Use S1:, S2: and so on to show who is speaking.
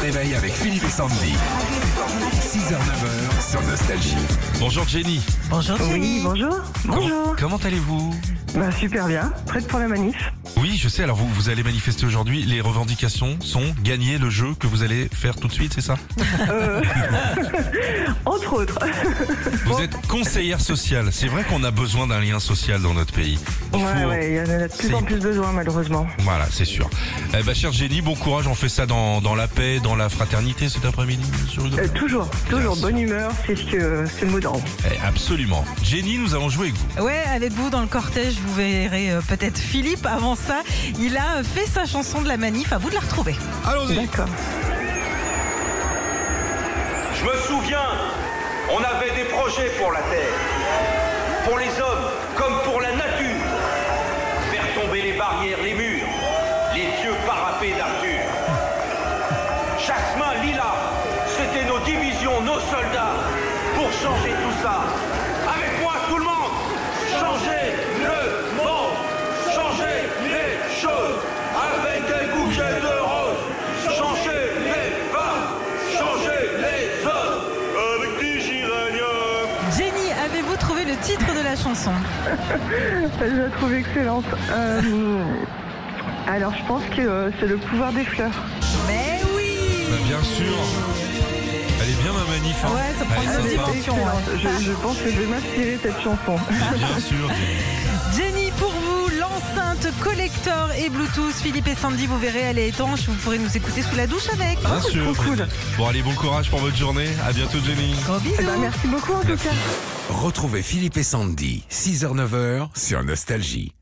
S1: réveil avec Philippe et Sandy. 6h-9h sur Nostalgie.
S2: Bonjour Jenny.
S3: Bonjour
S4: Oui,
S3: Jenny.
S4: bonjour. Bonjour.
S2: Comment allez-vous
S4: Bah, super bien. Prête pour la manif
S2: Oui, je sais. Alors vous, vous allez manifester aujourd'hui. Les revendications sont gagner le jeu que vous allez faire tout de suite, c'est ça
S4: Euh, Entre autres.
S2: Vous êtes conseillère sociale. C'est vrai qu'on a besoin d'un lien social dans notre pays. Il
S4: Ouais,
S2: faut-
S4: ouais, il y en a de plus
S2: C'est-
S4: en plus besoin, malheureusement.
S2: Voilà, c'est sûr. Eh ben, chère Jenny, bon courage. On fait ça dans, dans la paix, dans la fraternité cet après-midi. monsieur Rudolph
S4: Euh, toujours, toujours.
S2: Merci.
S4: Bonne humeur, c'est ce que, c'est le mot d'ordre.
S2: Eh, absolument. Jenny, nous allons jouer avec vous.
S3: Ouais, avec vous dans le cortège, vous verrez euh, peut-être Philippe. Avant ça, il a euh, fait sa chanson de la manif. À vous de la retrouver.
S2: Allons-y.
S4: D'accord.
S5: Je me souviens, on avait des projets pour la Terre, pour les hommes comme pour la nature. Faire tomber les barrières, les murs, les vieux parapets d'Arthur. Jasmin, Lila, c'était nos divisions, nos soldats, pour changer tout ça. Avec moi, tout le monde, changer le monde, changer les choses, avec des bouquets de roses, changer les femmes, changer les hommes, avec des giragnes.
S3: Jenny, avez-vous trouvé le titre de la chanson
S4: Je la trouve excellente. Euh, alors, je pense que euh, c'est le pouvoir des fleurs.
S3: Mais Ben oui
S2: Bah, bien sûr. Elle est bien ma manif. hein.
S3: Ouais, ça prend
S2: Elle est
S3: une autre
S4: Elle est
S2: sympa.
S3: dimension.
S4: excellente. Je, je pense que je vais m'inspirer de cette chanson.
S2: Bien sûr. Jenny.
S3: Jenny, pour vous, l'enceinte collector et Bluetooth. Philippe et Sandy, vous verrez, elle est étanche. Vous pourrez nous écouter sous la douche avec.
S4: Ah.
S2: Bien sûr.
S4: trop cool.
S2: Jenny. Bon, allez, bon courage pour votre journée. À bientôt, Jenny.
S3: Gros bisous.
S4: Eh ben, merci beaucoup, en tout cas.
S1: Retrouvez Philippe et Sandy, 6h-9h sur Nostalgie.